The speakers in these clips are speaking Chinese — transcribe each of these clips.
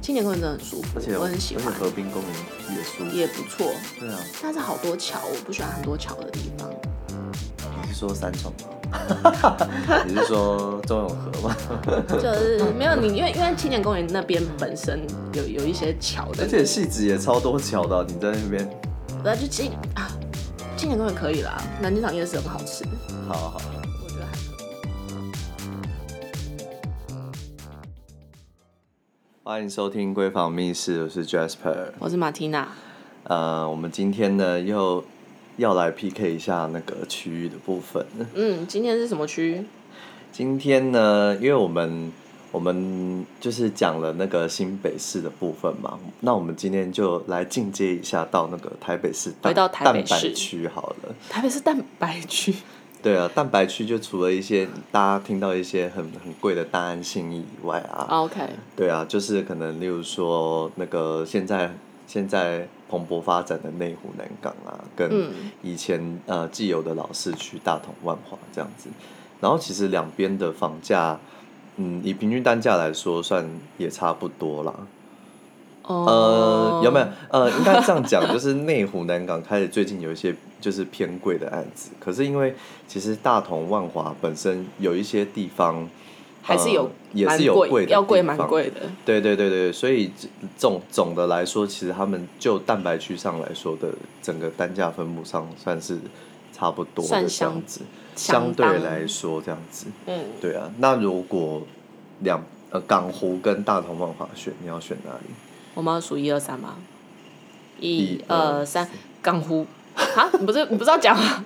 天空真的很舒服而且，我很喜而且欢，河滨公园也舒服。也不错。对啊，但是好多桥，我不喜欢很多桥的地 方。你是说三重吗？ 你是说中永和吗？ 就是没有你，因为因为青年公园那边本身有有一些桥的，而且戏子也超多桥的，啊你在那边，然后就青啊，青年公园可以啦，南京场夜市很好吃，好好好。我觉得还可以。欢迎收听《闺房密室》，我是 Jasper。我是马缇娜，呃，我们今天呢又要来 PK 一下那个区域的部分。嗯，今天是什么区？今天呢，因为我们我们就是讲了那个新北市的部分嘛，那我们今天就来进阶一下到那个台北市蛋回到台北蛋白市区好了。台北是蛋白区，对啊，蛋白区就除了一些大家听到一些很很贵的大安信义以外啊，啊 OK，对啊，就是可能例如说那个现在现在蓬勃发展的内湖南港啊，跟嗯以前、呃既有的老市区大同万华这样子，然后其实两边的房价，嗯，以平均单价来说，算也差不多啦。哦呃，有没有？呃，应该这样讲，就是内湖南港开始最近有一些就是偏贵的案子，可是因为其实大同万华本身有一些地方。还是有呃也蛮是有贵的要贵地蛮方贵的，对对对对，所以总总的来说，其实他们就蛋白区上来说的整个单价分布上算是差不多算的这相样子，相相对当来说这样子，嗯，对啊。那如果两呃港湖跟大同万华选，你要选哪里？我们要数一二三吗？一一二二三，港湖 啊，你不是你不知道讲啊吗？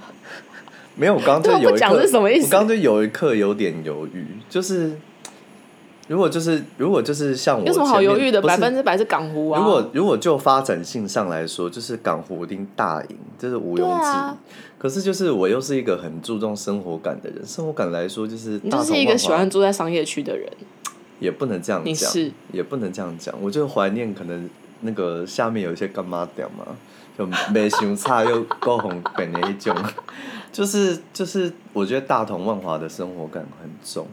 没有，我刚刚就对我有不一讲刻是什么意思我刚刚就有一刻有点犹豫，就是如果就是如果就是像我有什么好前面犹豫的？不百是分之百是港湖啊。如果如果就发展性上来说，就是港湖一定大赢，这是毋庸对置疑。啊可是就是我又是一个很注重生活感的人，生活感来说就是你大就是同万一个华喜欢住在商业区的人，也不能这样你讲是，也不能这样讲。我就怀念可能那个下面有一些干妈屌嘛，就没熊差又够红本的一种， 就是就是我觉得大同万华的生活感很重。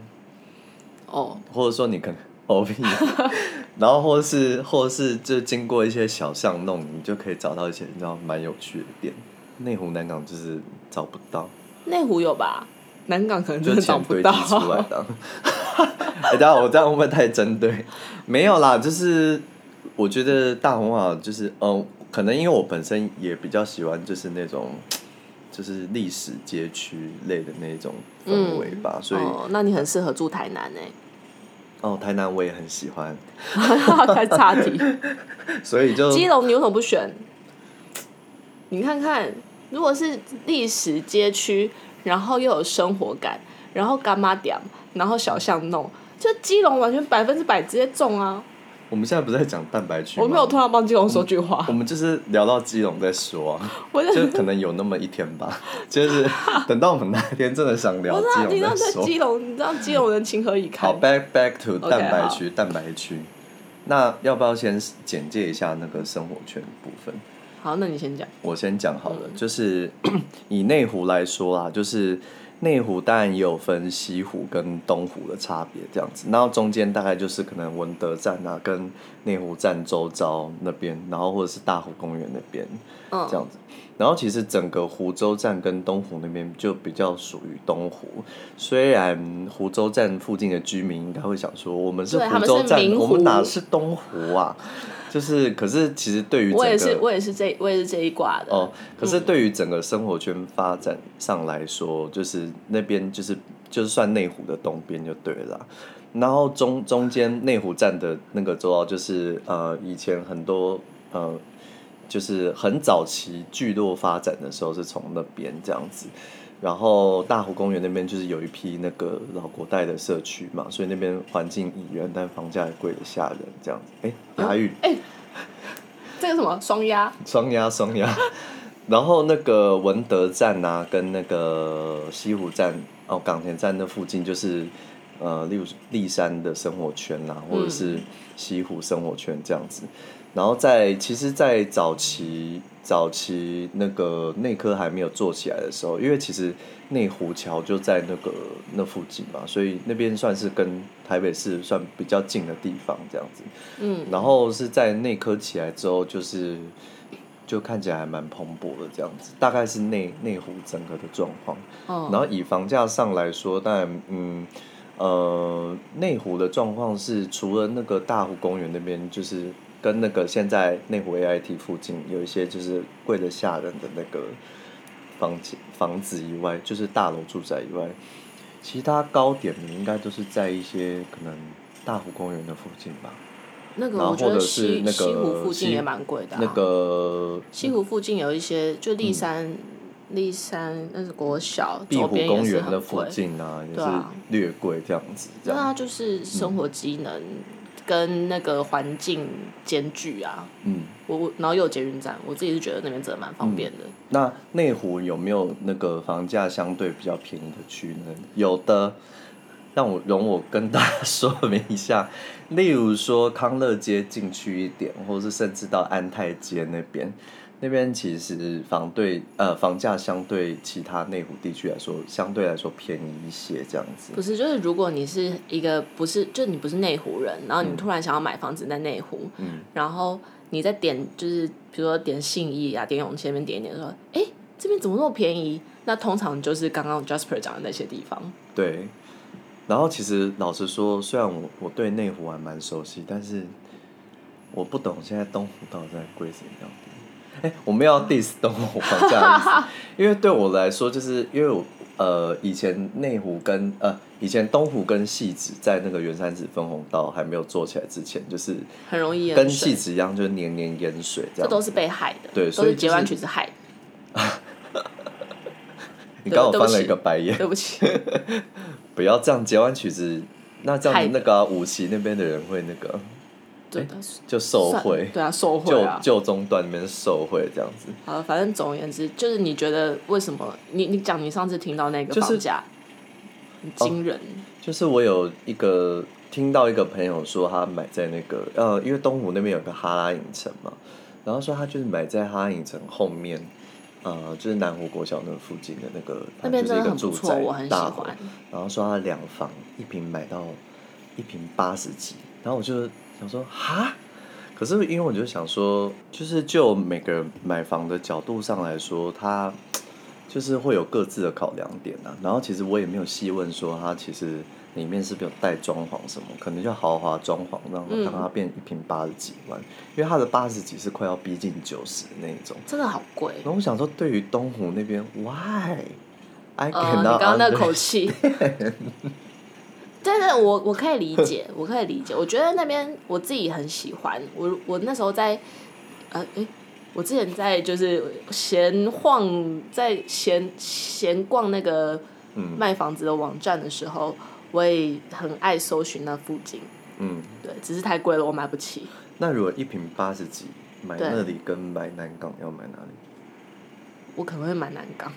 哦，或者说你可能哦 O P，然 后或是或是就经过一些小巷弄，你就可以找到一些你知道蛮有趣的店。内湖南港就是找不到，内湖有吧？南港可能就真是的找钱不堆积到。出来的。 哎、等一下我这样会不会太针对？没有啦，就是我觉得大红啊，就是嗯、呃可能因为我本身也比较喜欢就是那种就是历史街区类的那种氛围吧，所以哦，那你很适合住台南欸诶、 哦，台南我也很喜欢，欸，开始岔题。所以就基隆你为什么不选？你看看，如果是历史街区，然后又有生活感，然后干妈点，然后小巷弄，就基隆完全百分之百直接中啊！我们现在不是在讲蛋白区吗？我没有突然帮基隆说句话我，们就是聊到基隆再说、啊， 我就就。可能有那么一天吧， 就是等到我们那天真的想聊不是啊，基你知道隆在再说。基隆，你知道基隆人情何以堪好？，back back to OK，蛋白区，蛋白区。那要不要先简介一下那个生活圈的部分？好，那你先讲。我先讲好了，嗯就是 以内湖来说啊，就是内湖当然也有分西湖跟东湖的差别这样子，然后中间大概就是可能文德站啊，跟内湖站周遭那边，然后或者是大湖公园那边嗯这样子。然后其实整个湖州站跟东湖那边就比较属于东湖，虽然湖州站附近的居民应该会想说，我们是对他湖们州是站，明我们哪湖是东湖啊？就是，可是其实对于整我个也是，我也是这，我也是这一挂的。哦，可是对于整个生活圈发展上来说，就是那边就是就是算内湖的东边就对了啦。然后中中间内湖站的那个周遭，就是呃以前很多呃就是很早期聚落发展的时候是从那边这样子。然后大湖公园那边就是有一批那个老国代的社区嘛，所以那边环境宜人，但房价也贵的吓人，这样子。哎，押韵。这个什么双鸭，双鸭双鸭。 然后那个文德站啊，跟那个西湖站哦，港田站那附近就是呃，例如立山的生活圈啦、或者是西湖生活圈这样子。然后在其实，在早期早期那个内科还没有做起来的时候，因为其实内湖桥就在那个那附近嘛，所以那边算是跟台北市算比较近的地方这样子。嗯，然后是在内科起来之后，就是就看起来还蛮蓬勃的这样子，大概是内内湖整个的状况。哦，然后以房价上来说，当然，嗯，呃，内湖的状况是，除了那个大湖公园那边，就是跟那个现在内湖 AIT 附近有一些就是贵的吓人的那个房子房子以外，就是大楼住宅以外，其他高点的应该都是在一些可能大湖公园的附近吧，那个然后我觉或得者是西那个西湖附近西也蛮贵的、啊，那个西湖附近有一些，就立山，立山那是国小，嗯碧周湖边公也是园的很附贵。近啊，也对是啊略贵这样子，这样。那就是生活机能跟那个环境兼具啊。嗯，我我然后又有捷运站，我自己是觉得那边真的蛮方便的。那内湖有没有那个房价相对比较便宜的区呢？有的，让我容我跟大家 说明一下，例如说康乐街进去一点，或是甚至到安泰街那边，那边其实房对呃房价相对其他内湖地区来说，相对来说便宜一些这样子。不是，就是如果你是一个不是，就你不是内湖人，然后你突然想要买房子在内湖，嗯然后你在点就是比如说点信义啊、点永前面点一点说，哎、这边怎么那么便宜？那通常就是刚刚 Jasper 讲的那些地方。对，然后其实老实说，虽然我我对内湖还蛮熟悉，但是我不懂现在东湖到底在贵什么样子。哎，我们要 diss 东湖房价的意 思，因为对我来说，就是因为我呃以前内湖跟呃以前东湖跟戏子在那个圆山子分红道还没有做起来之前，就是很容易跟淹戏水，子一样，就是年年淹水这这样。都是被害的，对都所以是就是结完曲 子害的。你刚好对不翻起了一个白眼，对不起，不要这样。结完曲子，那这样害子那个啊五期那边的人会那个对的，就受算贿。对啊，受贿就啊。就中段那边受贿这样子，好了，反正总而言之，就是你觉得为什么你你讲你上次听到那个就是哦房价、很惊人，就是我有一个听到一个朋友说他买在那个呃，因为东湖那边有个哈拉影城嘛，然后说他就是买在哈拉影城后面，呃，就是南湖国小那附近的那个，那边就是真一的个很不住错，宅我很喜大楼欢。然后说他两房一平买到一平八十几，然后我就想说哈，可是因为我就想说，就是就每个人买房的角度上来说，他就是会有各自的考量点啊。然后其实我也没有细问说他其实里面是不是有带装潢什么，可能就豪华装潢让嗯让它变一平八十几万，因为它的八十几是快要逼近九十那一种。真的好贵。然后我想说，对于东湖那边，why？I 呃，你 cannot 刚刚那 understand 口气，真的，我我可以理解，我可以理解。我觉得那边我自己很喜欢，我我那时候在，呃，诶、我之前在就是闲晃，在闲闲逛那个嗯卖房子的网站的时候，我也很爱搜寻那附近。嗯，对，只是太贵了，我买不起。那如果一瓶八十几，买对那里跟买南港要买哪里？我可能会买南港，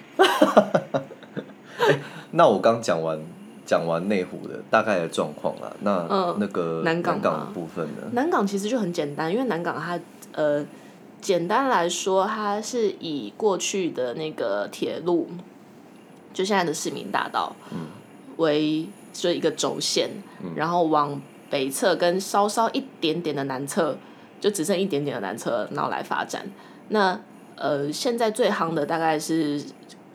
那我刚讲完讲完内湖的大概的状况啦，那、嗯那个南港港吗的部分呢？南港其实就很简单，因为南港它呃，简单来说，它是以过去的那个铁路，就现在的市民大道，嗯为就一个轴线，嗯然后往北侧跟稍稍一点点的南侧，就只剩一点点的南侧，然后来发展。那呃，现在最夯的大概是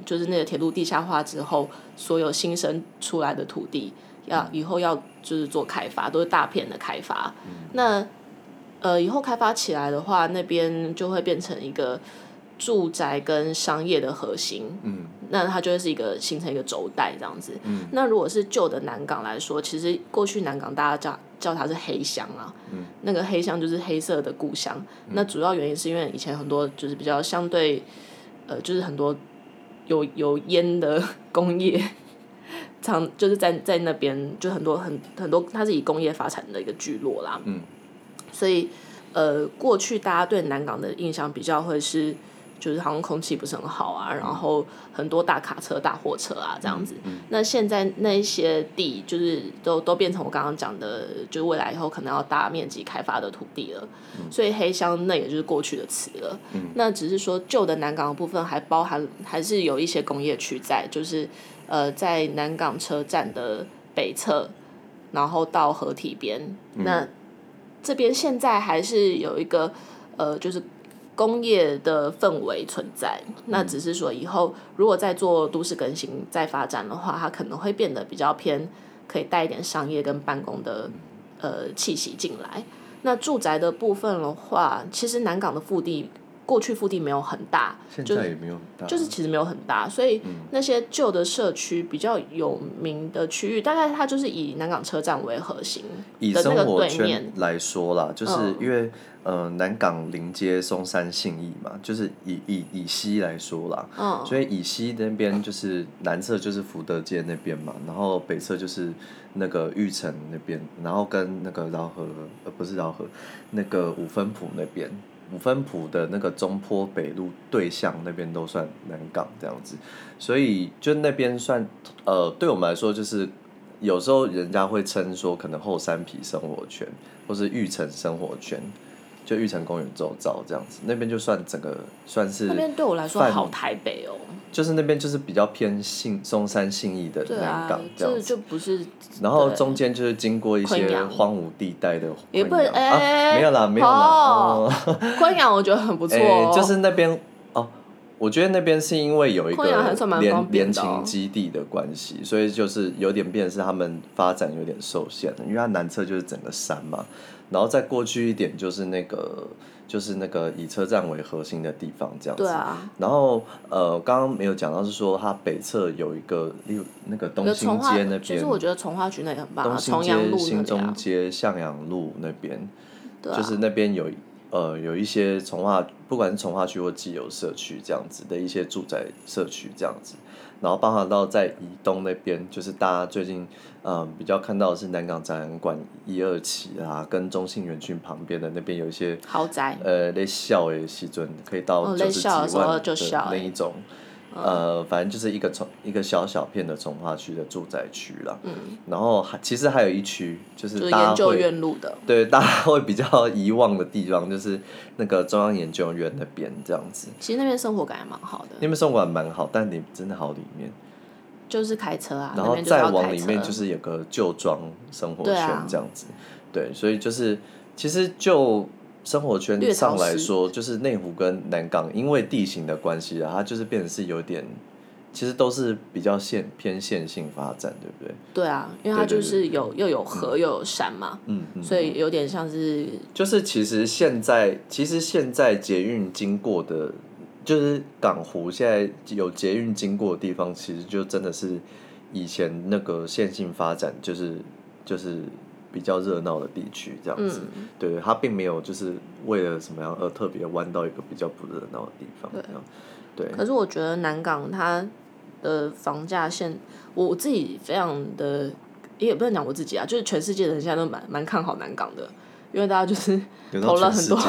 就是那个铁路地下化之后，所有新生出来的土地，要以后要就是做开发，都是大片的开发。嗯那呃，以后开发起来的话，那边就会变成一个住宅跟商业的核心。嗯那它就会是一个形成一个轴带这样子。嗯那如果是旧的南港来说，其实过去南港大家叫叫它是黑箱啊，嗯那个黑箱就是黑色的故乡。那主要原因是因为以前很多就是比较相对，呃，就是很多有有烟的工业，常就是在在那边就很多很很多，它是以工业发展的一个聚落啦。嗯所以呃，过去大家对南港的印象比较会是就是好像空气不是很好啊，然后很多大卡车、大货车啊这样子。那现在那一些地就是都都变成我刚刚讲的，就是未来以后可能要大面积开发的土地了，所以黑箱那也就是过去的词了。那只是说旧的南港的部分还包含还是有一些工业区在，就是呃在南港车站的北侧，然后到河堤边，那这边现在还是有一个呃就是工业的氛围存在。那只是说以后如果再做都市更新、再发展的话，它可能会变得比较偏可以带一点商业跟办公的呃气息进来。那住宅的部分的话，其实南港的腹地过去腹地没有很大，现就在也没有很大，就是其实没有很大，所以嗯那些旧的社区比较有名的区域，大概它就是以南港车站为核心以的那生个活对面圈。来说啦，就是嗯因为、呃南港临街松山信义嘛，就是以以以西来说啦，嗯所以以西那边就是南侧就是福德街那边嘛，然后北侧就是那个玉城那边，然后跟那个饶河呃不是饶河，那个五分埔那边，五分埔的那个中坡北路对向那边都算南港这样子，所以就那边算呃对我们来说就是。有时候人家会称说，可能后山皮生活圈，或是玉城生活圈，就玉城公园周遭这样子，那边就算整个算是那边对我来说泛好台北哦，就是那边就是比较偏信松山信义的对南啊港，这样这子，就不是然后对中间就是经过一昆些阳荒芜地带的也不昆阳啊，哎没有啦，没有啦，哦哦，昆阳，我觉得很不错哎哦，就是那边哦，我觉得那边是因为有一昆阳还个算蛮方联便联的哦勤基地的关系，所以就是有点变成是他们发展有点受限了，因为它南侧就是整个山嘛，然后再过去一点就是那个就是那个以车站为核心的地方这样子，对啊，然后呃，刚刚没有讲到是说它北侧有一个六那个有东个兴从化街那，边，就是我觉得从化区那里很棒啊，东兴重阳街、路新那里中啊，街、向阳路那边，对啊就是那边有呃有一些从化，不管是从化区或既有社区这样子的一些住宅社区这样子，然后包含到在怡东那边，就是大家最近嗯、呃比较看到的是南港展览馆一二期啊，跟中信园区旁边的那边有一些豪宅，呃，在笑的时阵可以到哎哦九在十几校的时候万就的笑那欸一种，呃，反正就是一个从一个小小片的从化区的住宅区啦。嗯，然后还其实还有一区，就就是是大研家究会院路的，对大家会比较遗忘的地方，就是那个中央研究院那边这样子。其实那边生活感还蛮好那的，边生活还蛮好，但你真的好里面，就是开车啊，然那后边就是再要往开里面车啊就是有个旧庄生活对圈啊这样子，对，所以就是其实就生活圈略上潮来湿说，就是内湖跟南港因为地形的关系啊，它就是变成是有点，其实都是比较线偏线性发展，对不对？对啊，因为它对对对就是有又有河又有山嘛，嗯嗯，所以有点像是就是其实现在其实现在捷运经过的，就是港湖现在有捷运经过的地方，其实就真的是以前那个线性发展，就是就是比较热闹的地区这样子。嗯，对，它并没有就是为了什么样而特别弯到一个比较不热闹的地方对这样。对，可是我觉得南港它的房价现，我我自己非常的也不能讲我自己啊，就是全世界的人现在都蛮蛮看好南港的，因为大家就是有投到了全很世多界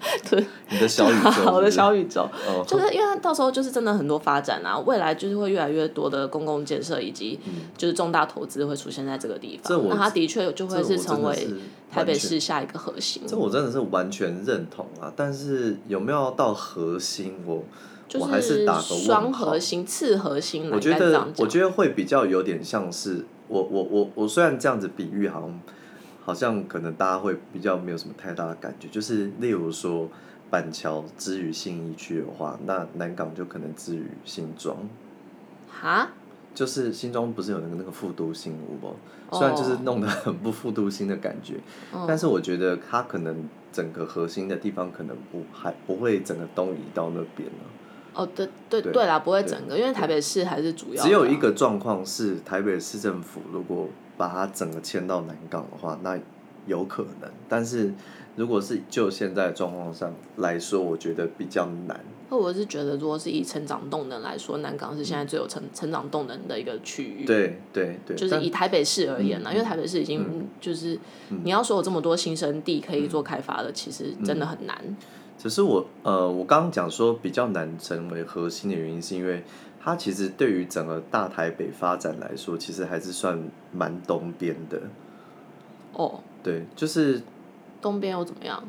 对你的小宇宙是不是， 好的小宇宙，哦， 就是因为它到时候就是真的很多发展啊，未来就是会越来越多的公共建设以及就是重大投资会出现在这个地嗯这方，我那它的确这就会我真的成为是台北完全市下一个核心，这我真的是完全认同啊，但是有没有到核心，我就我还是打个问双号核心、次核心啦，我觉应该这得样讲我觉得会比较有点像是我我我我虽然这样子比喻，好像好像可能大家会比较没有什么太大的感觉，就是例如说板桥之于信义区的话，那南港就可能之于新庄。哈，就是新庄不是有那个那个复都新屋哦，虽然就是哦弄得很不复都新的感觉，嗯但是我觉得它可能整个核心的地方可能不还不会整个东移到那边啊哦，对对对对啦，不会对整个，因为台北市还是主要的啊。只有一个状况是，台北市政府如果把它整个迁到南港的话，那有可能。但是如果是就现在的状况上来说，我觉得比较难。那我是觉得，如果是以成长动能来说，南港是现在最有成成长动能的一个区域。，嗯对对对，嗯就是但以台北市而言呢、嗯嗯因为台北市已经就是、你要说有这么多新生地可以做开发的，其实真的很难。只是我呃，我刚刚讲说比较难成为核心的原因，是因为它其实对于整个大台北发展来说，其实还是算蛮东边的。哦，对，就是东边又怎么样？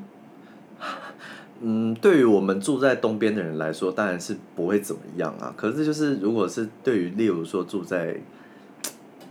嗯，对于我们住在东边的人来说，当然是不会怎么样啊。可是就是如果是对于例如说住在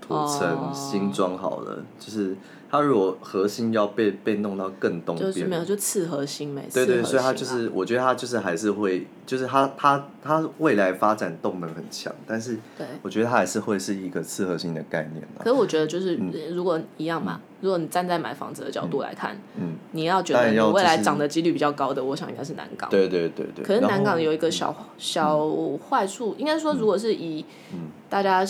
土城、哦新庄好了，就是它如果核心要被被弄到更东边，就是没有，就次核心没。对对，次核所以他心就啊是，我觉得他就是还是会，就是他他他未来发展动能很强，但是对。我觉得他还是会是一个适合性的概念啊可啦。是我觉得就是，呃如果一样嘛，如果你站在买房子的角度来看，嗯嗯，你要觉当得然你要未来就是涨的几率比较高的，我想应该是南港。对对对对。可是南然后嗯港有一个小小坏处，应该说，如果是以嗯大家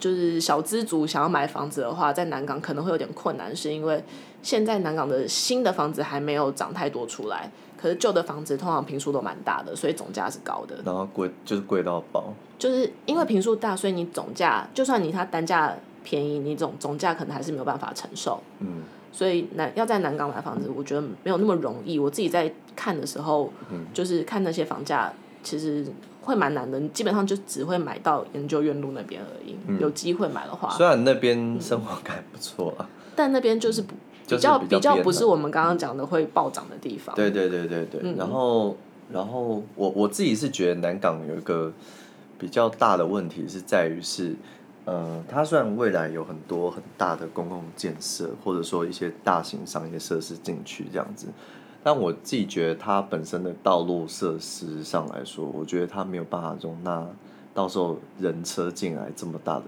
就是小资族想要买房子的话，在南港可能会有点困难，是因为现在南港的新的房子还没有涨太多出来，可是旧的房子通常平数都蛮大的，所以总价是高的。然后贵就是贵到爆，就是因为平数大，所以你总价就算你它单价便宜，你总总价可能还是没有办法承受。嗯，所以南要在南港买房子，我觉得没有那么容易。我自己在看的时候，嗯就是看那些房价，其实会蛮难的。你基本上就只会买到研究院路那边而已。嗯有机会买的话，虽然那嗯边生活感不错啊。但那边就是不就是较比较比较偏不是了我们刚刚讲的会暴涨的地方。对对对对对，然后然后我我自己是觉得南港有一个比较大的问题是在于是，呃，它虽然未来有很多很大的公共建设，或者说一些大型商业设施进去这样子，但我自己觉得它本身的道路设施上来说，我觉得它没有办法容纳到时候人车进来这么大的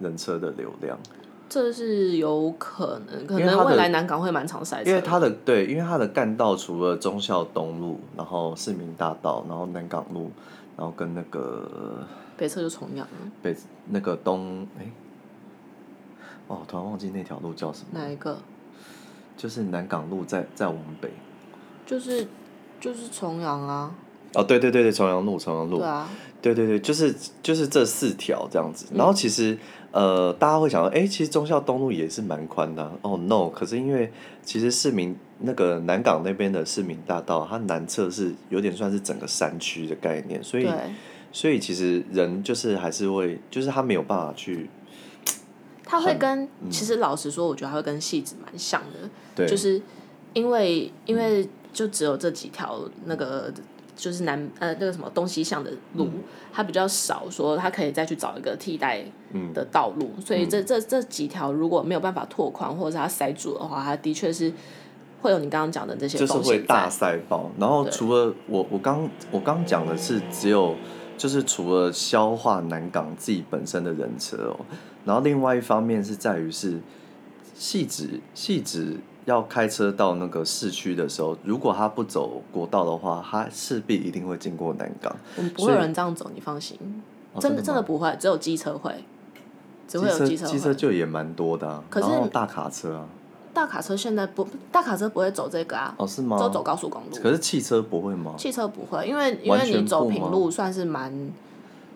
人车的流量。这是有可能，可因为它能的未来南港会蛮常塞车的。因为它的对，因为它的干道除了忠孝东路，然后市民大道，然后南港路，然后跟那个北侧就重阳了，北那个东哎、哦，我突然忘记那条路叫什么，哪一个？就是南港路在在往北。就是就是重阳啊，哦，对对对对，重阳路，重阳路对，啊，对对对，就是就是这四条这样子。然后嗯其实、呃，大家会想到，哎，其实忠孝东路也是蛮宽的啊、哦、no，可是因为其实市民那个南港那边的市民大道，它南侧是有点算是整个山区的概念，所以对。所以其实人就是还是会，就是他没有办法去它会跟，其实老实说，我觉得它会跟戏子蛮像的。嗯对，就是因为因为就只有这几条那个就是南呃那个什么东西向的路，嗯它比较少说它可以再去找一个替代嗯的道路，所以这这这几条如果没有办法拓宽或者是它塞住的话，它的确是会有你刚刚讲的这些就是风会险大在。塞爆。然后对除了我我刚我刚讲的是只有就是除了消化南港自己本身的人车哦，然后另外一方面是在于是细致细致要开车到那个市区的时候，如果他不走国道的话，他势必一定会经过南港。我们不会所以有人这样走，你放心，哦真的真真的的吗不会，只有机车会，只会有机机车会。机车就也蛮多的、啊，可是然后大卡车啊，大卡车现在不，大卡车不会走这个啊，哦是吗？都走高速公路。可是汽车不会吗？汽车不会，因为因完为全你走不平吗路算是蛮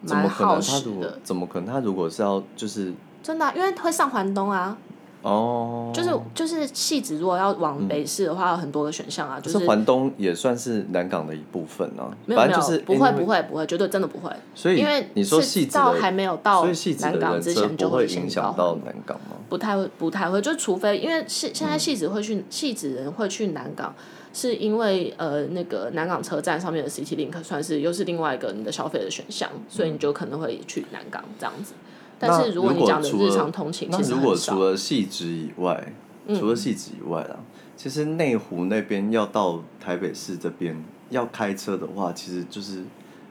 怎么蛮可耗能？他时如果的，怎么可能？他如果是要就是真的啊、因为会上环东啊，哦，就是就是戏子如果要往北市的话，有很多个选项啊，可就是环东也算是南港的一部分啊。没有反没正有、就是不会 anyway，不会不会，绝对真的不会，所以因为你说是戏子到的还没有到所以戏子南的港人之车前就不会先影响到到南港吗？不太会，不太会，就除非因为嗯现现在戏子会去戏子人会去南港，是因为呃那个南港车站上面的 City Link 算是又是另外一个你的消费的选项，所以你就可能会去南港这样子。但嗯那是如果你讲的除了日常通勤，那其实如很果少嗯除。了戏子以外，除了戏子以外啊，其实内湖那边要到台北市这边要开车的话，其实就是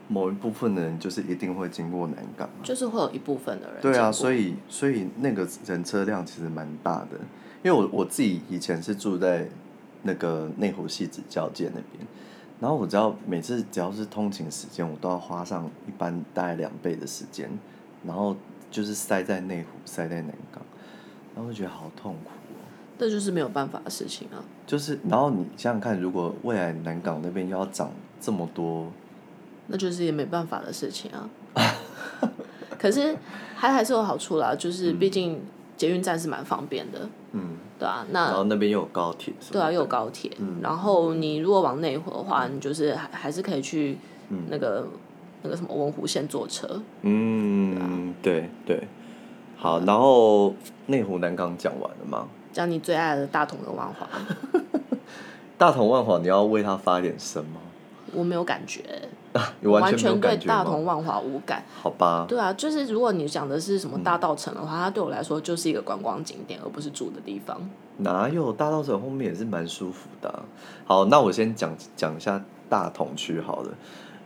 某一部分的人就是一定会经过南港啊。就是会有一部分的人对啊，经过所以所以那个人车量其实蛮大的，因为我我自己以前是住在那个内湖戏子交界那边，然后我只要每次只要是通勤时间，我都要花上一般大概两倍的时间，然后就是塞在内湖，塞在南港，然后我觉得好痛苦哦。这就是没有办法的事情啊。就是，然后你想想看，如果未来南港那边又要涨这么多，那就是也没办法的事情 啊。可是还还是有好处啦，就是毕竟捷运站是蛮方便的。嗯，对啊，然后那那边又有高铁什么的，嗯对啊，又有高铁，然后你如果往内湖的话，你就是还还是可以去那个、那个什么文湖线坐车，嗯，啊对对，好，然后内湖南港讲完了吗？讲你最爱的大同跟万华，大同万华，你要为他发一点声吗？我没有感觉，你完全没有对感觉大同吗？万华无感。好吧，对啊，就是如果你讲的是什么嗯大道城的话，它对我来说就是一个观光景点，而不是住的地方。哪有大稻城后面也是蛮舒服的啊、好，那我先讲讲一下大同区好了。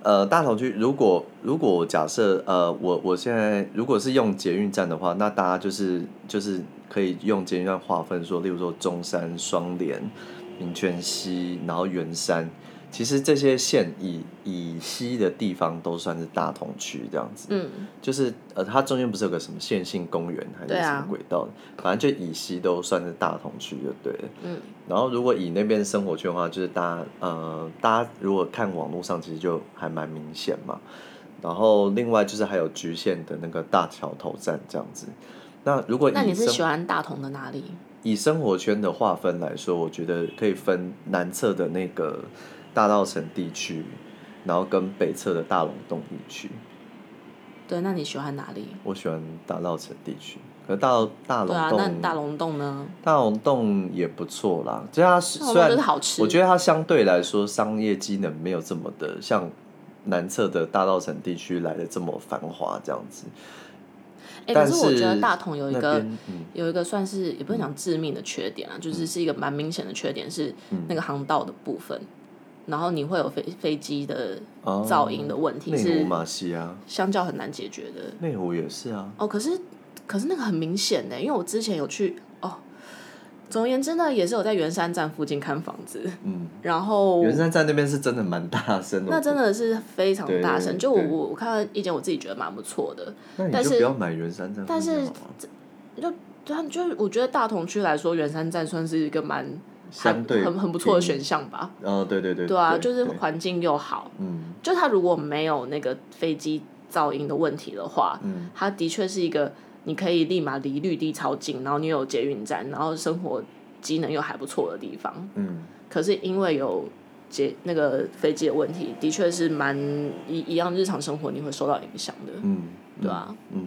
呃，大同区如果如果我假设呃，我我现在如果是用捷运站的话，那大家就是就是可以用捷运站划分说，例如说中山、双连、民权西，然后圆山。其实这些县以以西的地方都算是大同区这样子。嗯，就是呃，它中间不是有个什么线性公园还是对啊什么轨道的，反正就以西都算是大同区就对了。嗯，然后如果以那边生活圈的话，就是大家呃，大家如果看网络上其实就还蛮明显嘛。然后另外就是还有局限的那个大桥头站这样子。那如果以那你是生喜欢大同的哪里？以生活圈的划分来说，我觉得可以分南侧的那个大稻城地区，然后跟北侧的大龙洞地区。对，那你喜欢哪里？我喜欢大稻城地区，可是大大对龙啊，洞、那大龙洞呢？大龙洞也不错啦。就它大龙虽洞就然是好吃，我觉得它相对来说商业机能没有这么的像南侧的大稻城地区来的这么繁华这样子，哎、但可是我觉得是大同有一那个边嗯有一个算是也不能讲致命的缺点啊，就是是一个蛮明显的缺点是嗯那个航道的部分，然后你会有飞飞机的哦噪音的问题内湖是马西啊，相较很难解决的。内湖也是啊，哦，可是可是那个很明显的，因为我之前有去哦。总而言之呢，也是有在圆山站附近看房子，嗯，然后圆山站那边是真的蛮大声的，那真的是非常大声，对就我对我我看到一间我自己觉得蛮不错的，那你但就是不要买圆山站附但近好啊是了，对啊，就是我觉得大同区来说，圆山站算是一个蛮还相对很很不错的便宜选项吧。哦，对对对，对啊，就是对环境又好，嗯就它如果没有那个飞机噪音的问题的话，嗯，它的确是一个你可以立马离绿地超近，然后你又有捷运站，然后生活机能又还不错的地方。嗯可是因为有捷那个飞机的问题，的确是蛮一一样日常生活你会受到影响的，嗯，对啊，嗯。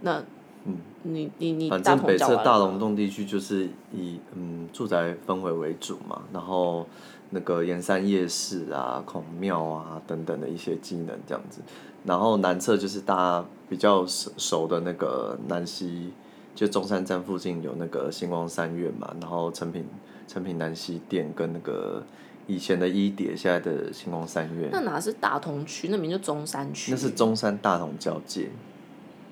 那嗯你你你反大正同北讲侧完大了龙洞地区就是以嗯住宅氛围为主嘛，然后那个盐山夜市啊、孔庙啊等等的一些机能这样子，然后南侧就是大家比较熟熟的那个南溪，就中山站附近有那个星光三月嘛，然后成品成品南溪店跟那个以前的一蝶，现在的星光三月，那哪是大同区？那明明就中山区。那是中山大同交界。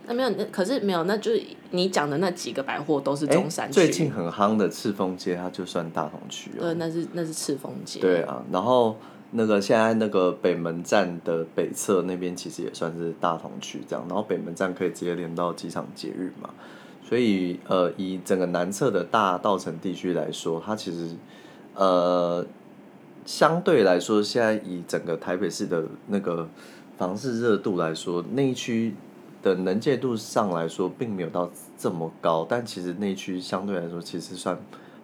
那没有，那可是没有，那就是你讲的那几个百货都是哎中山区。最近很夯的赤峰街，它就算大同区哦。对，那是那是赤峰街。对啊，然后那个现在那个北门站的北侧那边其实也算是大同区这样，然后北门站可以直接连到机场捷运嘛，所以呃，以整个南侧的大稻城地区来说，它其实呃相对来说，现在以整个台北市的那个房市热度来说，那一区。的能见度上来说，并没有到这么高，但其实那一区相对来说，其实算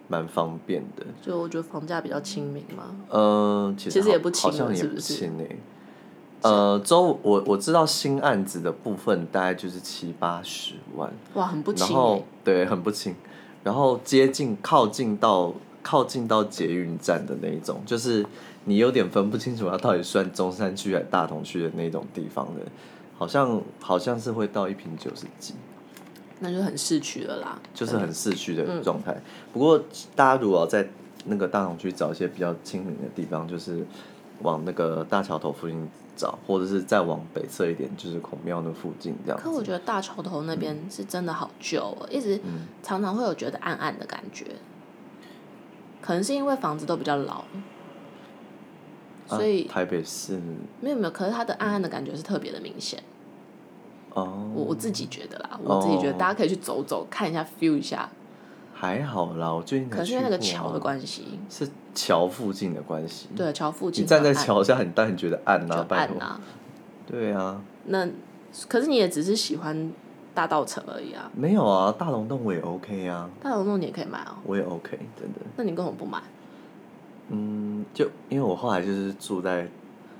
蛮方便的。所以我觉得房价比较亲民嘛。嗯，其其实实好也不轻好像了也是不不是轻诶、呃，周我我知道新案子的部分大概就是七八十万，哇，很不然亲、后欸。对很不轻，然后接近靠近到靠近到捷运站的那一种，就是你有点分不清楚它到底算中山区还是大同区的那种地方的，好像好像是会到一平九十几。那就很市区了啦。就是很市区嗯的状态。不过大家如果要在那个大同区找一些比较亲民的地方，就是往那个大桥头附近找，或者是再往北侧一点，就是孔庙那附近这样可我子。觉得大桥头那嗯边是真的好旧、哦，一直常常会有觉得暗暗的感觉。可能是因为房子都比较老，所以啊、台北市没有没有，可是它的暗暗的感觉是特别的明显。哦，我我自己觉得啦，我自己觉得哦大家可以去走走，看一下，feel 一下。还好啦，我最近才可是因为那去个过桥啊的关系，是桥附近的关系。，对桥附近你站在很暗桥下，你当然觉得暗就啊，拜暗托。啊。对啊，那可是你也只是喜欢大道城而已啊，没有啊，大龙洞我也 OK 啊，大龙洞你也可以买哦。我也 OK，真的。那你为什么不买？嗯，就因为我后来就是住在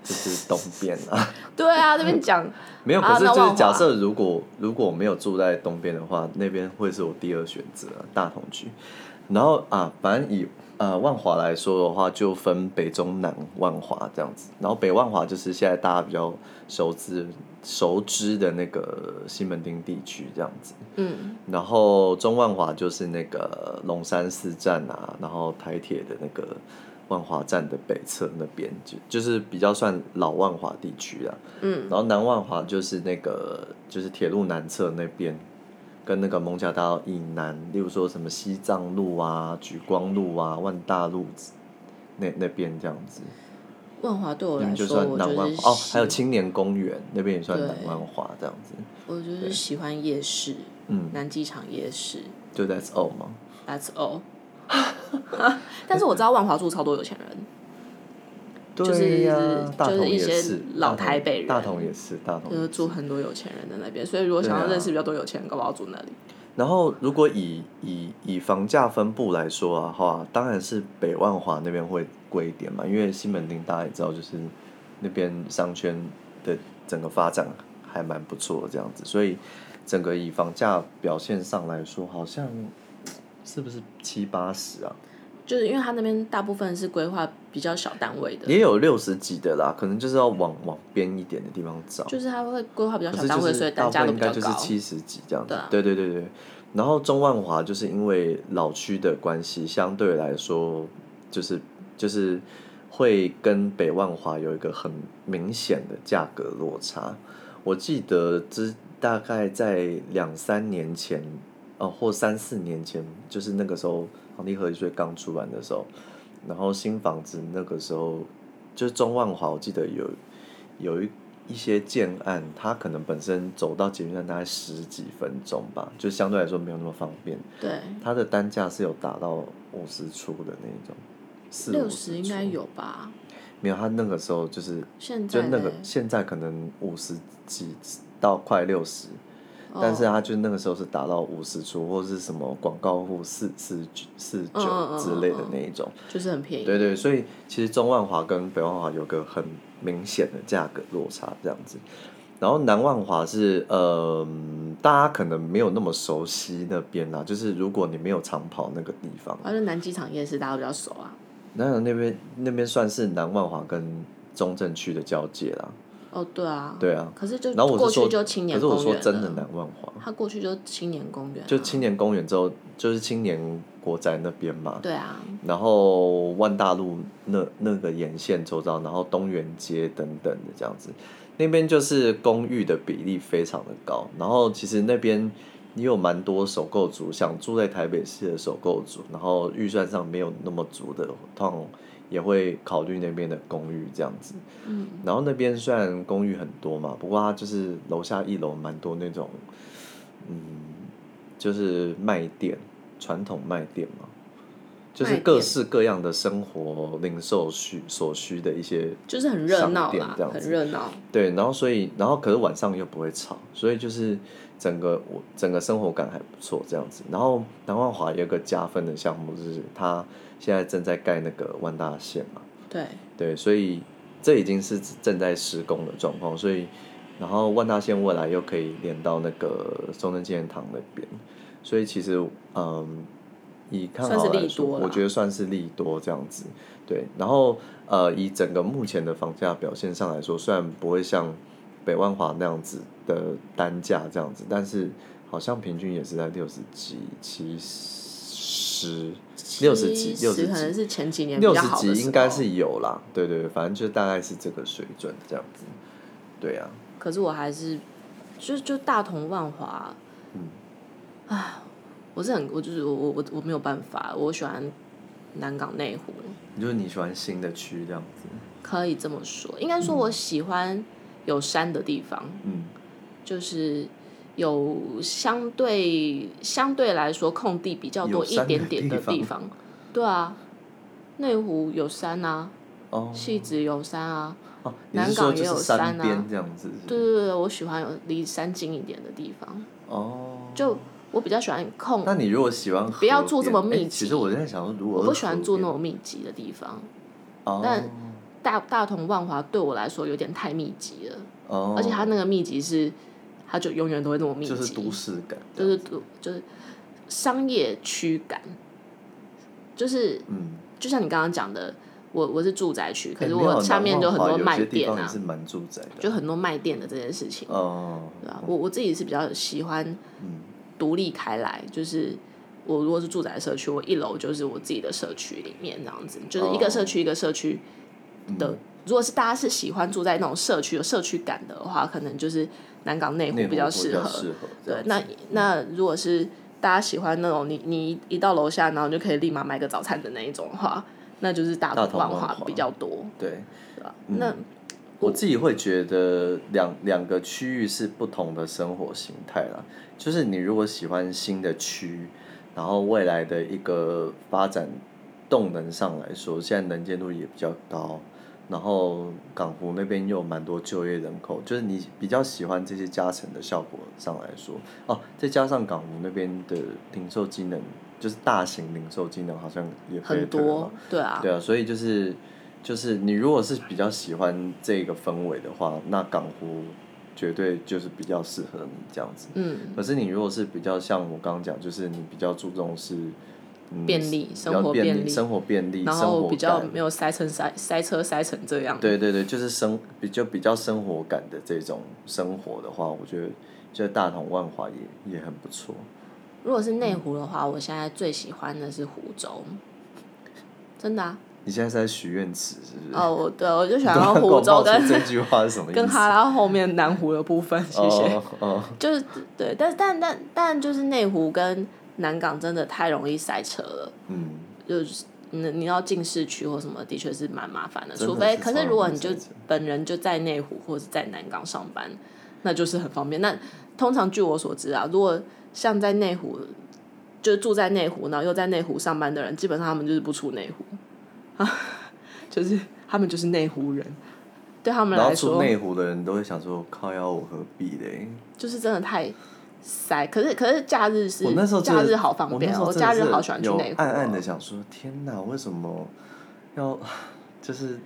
就是东边啊，对啊，这 边讲没有。可啊是那就万是华假设如果如果我没有住在东边的话，那边会是我第二选择、啊、大同区。然后啊，反正以呃万华来说的话，就分北中南万华这样子。然后北万华就是现在大家比较熟知熟知的那个西门町地区这样子。嗯，然后中万华就是那个龙山寺站啊，然后台铁的那个万华站的北侧那边，就就是比较算老万华地区啊。嗯。然后南万华就是那个就是铁路南侧那边，跟那个蒙贾大道以南，例如说什么西藏路啊、举光路啊、万大路那那边这样子，万华对我那来边就说，算我南就万是华哦，喜还有青年公园那边也算南对万华这样子。我就是喜欢夜市，嗯，南机场夜市就 That's all 嘛。 ，That's all。但是我知道万华住超多有钱人，对呀、大就是同一也些是老大同台北人大同也是，大同就也是是住很多有钱人在那边，所以如果想要对啊认识比较多有钱人，搞不好住那里。然后，如果以以以房价分布来说啊，话当然是北万华那边会贵一点嘛，因为西门町大家也知道，就是那边商圈的整个发展还蛮不错的这样子，所以整个以房价表现上来说，好像是不是七八十啊？就是因为他那边大部分是规划比较小单位的，也有六十几的啦，可能就是要往往边一点的地方找。就是他会规划比较可小是单就位，是所以大单部价分都应比该较就是高。七十几这样子对啊。对对对对。然后中万华就是因为老区的关系，相对来说就是就是会跟北万华有一个很明显的价格落差。我记得之大概在两三年前，哦，或三四年前，就是那个时候房地合一税刚出完的时候，然后新房子那个时候，就是中万华，我记得有有一一些建案，它可能本身走到捷运站大概十几分钟吧，就相对来说没有那么方便，对，它的单价是有打到五十出的那一种，四六五十出应该有吧？没有，它那个时候就是现就在那个嘞现在可能五十几到快六十、哦但是啊它就那个时候是打到五十出或是什么广告户四四四嗯嗯九嗯之类的嗯那一种，就是很便宜。对对，所以其实中万华跟北万华有个很明显的价格落差这样子。然后南万华是呃，大家可能没有那么熟悉那边啦，就是如果你没有长跑那个地方，而且南机场夜市大家都比较熟啊。那那边那边算是南万华跟中正区的交界啦。哦，对啊。对啊，可是就然后我过是说，去就青年可是公我说园真的了南万华，他过去就青年公园、啊，就青年公园之后就是青年国宅那边嘛，对啊，然后万大路那那个沿线周遭，然后东园街等等的这样子，那边就是公寓的比例非常的高。然后其实那边也有蛮多首购族，想住在台北市的首购族，然后预算上没有那么足的，通常也会考虑那边的公寓这样子。嗯，然后那边虽然公寓很多嘛，不过它就是楼下一楼蛮多那种，嗯，就是卖店，传统卖店嘛，就是卖各店式各样的生活零售需所需的一些就是很热商闹店啦这，样子很热闹。对，然后所以然后可是晚上又不会吵，所以就是整个我整个生活感还不错这样子。然后南万华有一个加分的项目就是它现在正在盖那个万大线嘛，对，对，所以这已经是正在施工的状况，所以然后万大线未来又可以连到那个中正纪念堂那边，所以其实嗯，以看算好是来利说，多啦我觉得算是利多这样子。对，然后呃，以整个目前的房价表现上来说，虽然不会像北万华那样子的单价这样子，但是好像平均也是在六十几、七十、六十几、其六实十可几能是前几年比六较十好集的时候应该是，有啦，对对对，反正就大概是这个水准这样子。对啊，可是我还是就就大同万华，嗯，唉，我是很我就是我我我我没有办法，我喜欢南港内湖，就是你喜欢新的区这样子，可以这么说，应该说我喜欢有山的地方，嗯，就是。有相对相对来说空地比较有多一山的点点的地方方，对啊，内湖有山啊，哦戏子有山啊，哦，你南是港说就也有是山山啊边这样子？对对对，我喜欢有离山近一点的地方，哦，就我比较喜欢空，那你如果喜欢不要住河这么边哎密其集实我在想说，如果我不喜欢住那种，种密集的地方。哦、但大大同万华对我来说有点太密集了，哦，而且它那个密集是，它就永远都会那么密集，就是都市感这就样，是都就是商业区感，就是嗯，就像你刚刚讲的，我我是住宅区，可哎是没有我下南面就万很华多有卖些地店方也啊是，蛮住宅的，就很多卖店的这件事情，哦，对啊，我我自己是比较喜欢嗯独立开来，就是我如果是住宅社区，我一楼就是我自己的社区里面这样子，就是哦一个社区一个社区的。嗯如果是大家是喜欢住在那种社区有社区感的话，可能就是南港内湖哦内湖比较比适适合。合这对样，子那那如果是大家喜欢那种你你一一到楼下，然后就可以立马买个早餐的那一种的话，那就是大大同同万万华华嗯比较多，对。对吧？那我自己会觉得两两个区域是不同的生活形态啦。就是你如果喜欢新的区，然后未来的一个发展动能上来说，现在能见度也比较高，然后港湖那边又有蛮多就业人口，就是你比较喜欢这些加成的效果上来说，哦，再加上港湖那边的零售机能，就是大型零售机能好像也很 better 嘛多，对啊，对啊，所以就是就是你如果是比较喜欢这个氛围的话，那港湖绝对就是比较适合你这样子。嗯，可是你如果是比较像我刚刚讲，就是你比较注重是、嗯、便利比生较活便便利生活便利，然生后活比较感没有塞成塞塞车塞成这样，对对对，就是生比较比较生活感的这种生活的话，我觉得就是大同万华也也很不错。如果是内湖的话，我现在最喜欢的是湖州，真的啊！你现在是在许愿池是不是？哦，我对我 就想刚要刚湖州冒出跟这句话是什么意思？跟哈拉后面南湖的部分，谢谢。哦哦， 就是对，但但但但就是内湖跟南港真的太容易塞车了，嗯。就是你你要进市区或什么，的确是蛮麻烦的。真的除非是可超是如果容易你就塞车本人就在内湖或者在南港上班，那就是很方便。那通常据我所知啊，如果像在内湖，就住在内湖，然后又在内湖上班的人，基本上他们就是不出内湖， 就是他们就是内湖人。对他们然后来出说，内湖的人都会想说，靠腰我何必嘞？就是真的太塞。可是可是假日是我那时候真假的日好方便我那啊，时候我真的假日是好喜欢去有内湖哦。暗暗的想说，天哪，为什么要就是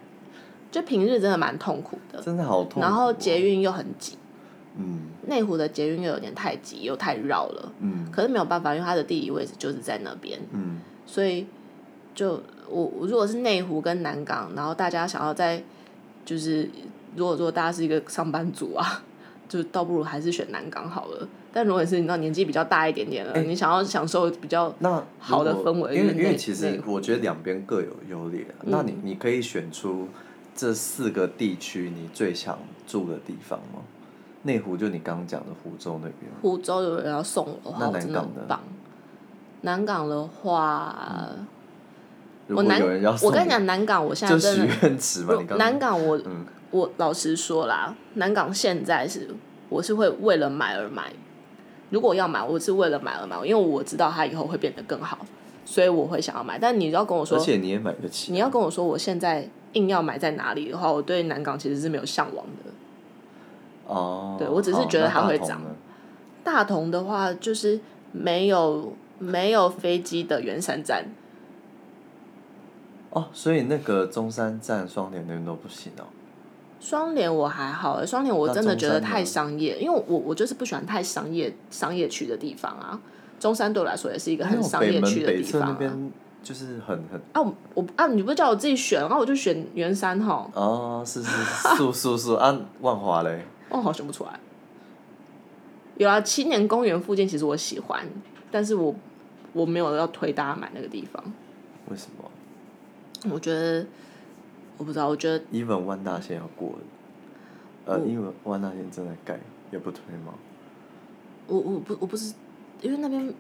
就平日真的蛮痛苦的，真的好痛苦哦、然后捷运又很挤，嗯内湖的捷运又有点太挤又太绕了，嗯可是没有办法，因为它的地理位置就是在那边，嗯所以就我我如果是内湖跟南港，然后大家想要在就是如果说大家是一个上班族啊， 就倒不如还是选南港好了。但如果是你知道年纪比较大一点点哎了，你想要享受比较那如好的果氛围因为就是因为内其内嗯实我觉得两边各有优劣啊、那你你可以选出这四个地区你最想住的地方吗？内湖就你刚刚讲的湖州那边，湖州有人要送我的话，那我南真的港很呢棒。南港的话，嗯如我果南有人要送我跟你讲，南港我现在就真许的愿池嘛，你刚南港我，嗯我老实说啦，南港现在是我是会为了买而买。如果要买，我是为了买而买，因为我知道它以后会变得更好，所以我会想要买。但你要跟我而说，且你啊也买得起，你要跟我说我现在硬要买在哪里的话，我对南港其实是没有向往的。哦，对我只是好觉得那它大会同涨呢大同的话，就是没有没有飞机的圆山站，哦，所以那个中山站双连那边都不行哦。双联我还好、欸，双联我真的觉得那中山呢太商业，因为我我就是不喜欢太商业商业区的地方啊。中山对我来说也是一个那很种商北业门区的北地侧方那啊。边就是很很啊，我我啊，你不叫我自己选，然、后我就选圆山哈，哦，是是是素素素啊，万华嘞，我哦好像选不出来。有啊，青年公园附近其实我喜欢，但是我我没有要推大家买那个地方，为什么我觉得我不知道，我觉得？even 万大线要过了，呃，因为万大线正在盖，也不推吗？我我不我不是因为那边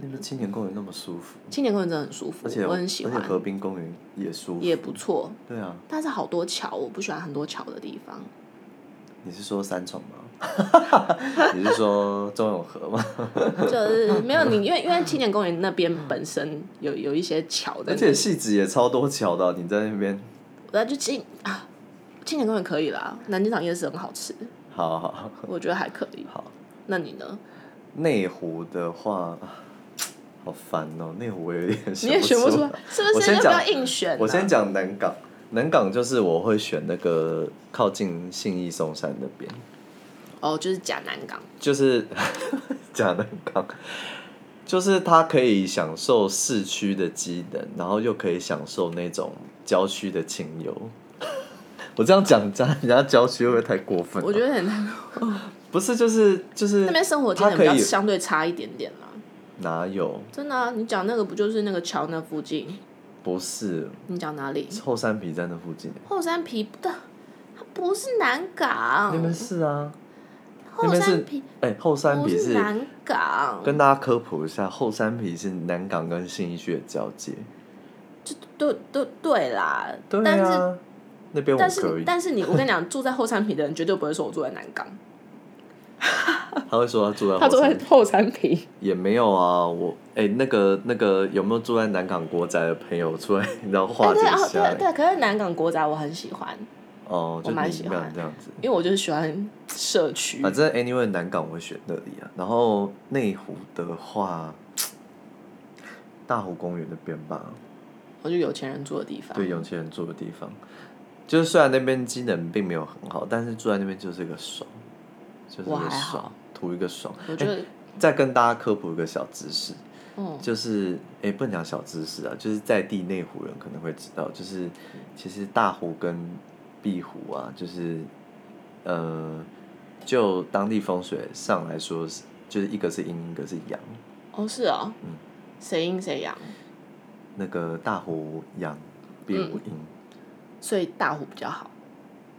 那边青年公园那么舒服，青年公园真的很舒服，而且我很喜而且河欢，滨公园也舒服，也不错。对啊。但是好多桥，我不喜欢很多桥的地方。你是说三重吗？ 你是说中永和 吗？就是没有你，因为因为青年公园那边本身有有一些桥的，而且戏子也超多桥的啊，你在那边那就青啊，青年公园可以啦，南京场夜市很好吃，好好好我觉得还可以。好，那你呢？内湖的话，啊好烦哦、内湖我有点你也选不出出来，是不我是？先要不要讲硬选、啊？我先讲南港，南港就是我会选那个靠近信义松山那边，哦，就是假南港，就是 假南港，就是它可以享受市区的机能，然后又可以享受那种郊区的清幽。 我这样讲，这样人家郊区会不会太过分、啊我觉得很难。不是，就是就是那边生活机它能比可较以相对差一点点啦。哪有？真的啊，你讲那个不就是那个桥那附近？不是你讲哪里？后山皮站那附近，后山皮不的，它不是那南边港，是啊，那后边山是皮哎、后山不皮是南港，跟大家科普一下，后山皮是南港跟信义区的交界。对对对啦，对但是啊，那边我但可是以。但是你，我跟你讲，住在后山坪的人绝对不会说我住在南港，他会说他住在 他住后在山，后山坪。也没有啊。我哎、那个那个有没有住在南港国宅的朋友出来，然后化但解是啊，一下对？对，可是南港国宅我很喜欢，哦，就我蛮你喜一样欢这样子。因为我就是喜欢社区反。正 anyway 南港我会选那里啊，然后内湖的话，大湖公园那边吧。我就有钱人住的地方。对有钱人住的地方，就是虽然那边机能并没有很好，但是住在那边就是一个爽，就是一我还个好爽，图一个爽。哎我觉得，再跟大家科普一个小知识，嗯，就是诶，不能讲小知识啊，就是在地内湖人可能会知道，就是其实大湖跟碧湖啊，就是呃，就当地风水上来说是，就是一个是阴，一个是阳，哦，是哦嗯，谁阴谁阳，那个大湖阳，碧嗯湖阴，所以大湖比较好。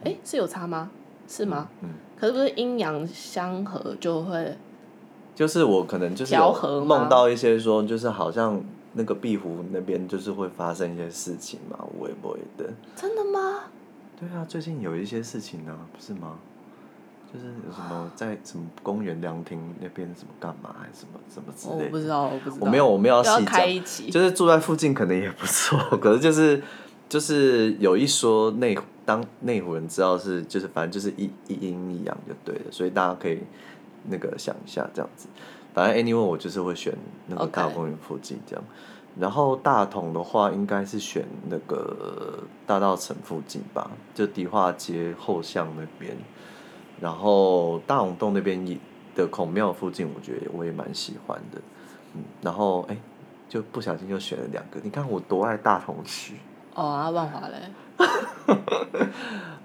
哎，是有差吗？是吗？嗯。可是不是阴阳相合就会就是我可能就是调和有吗梦到一些说，就是好像那个壁湖那边就是会发生一些事情嘛，我也不会的。真的吗？对啊，最近有一些事情呢、不是吗？就是有什么在什么公园凉亭那边什么干嘛还是什么什么之哦我类不的，知道，我不知道。我没有我没有要细开讲，一集，就是住在附近可能也不错， 可是就是就是有一说内湖当内湖人知道是就是反正就是一一阴一阳就对了，所以大家可以那个想一下这样子。反正 anyway 我就是会选那个 OK 大公园附近这样然后大同的话应该是选那个大道城附近吧，就迪化街后巷那边，然后大红洞那边也的孔庙附近，我觉得我也蛮喜欢的，嗯，然后哎、就不小心就选了两个。你看我多爱大同区。哦啊，万华嘞，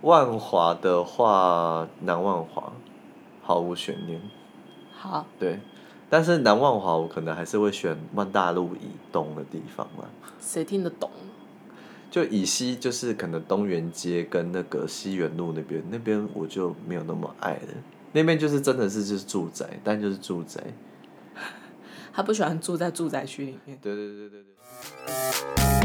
万华的话，南万华毫无悬念，好，对。但是南万华我可能还是会选万大路以东的地方啦，谁听得懂？就以西就是可能东园街跟那个西园路那边，那边我就没有那么爱了。那边就是真的是就是住宅，但就是住宅。他不喜欢住在住宅区里面。对对对对对。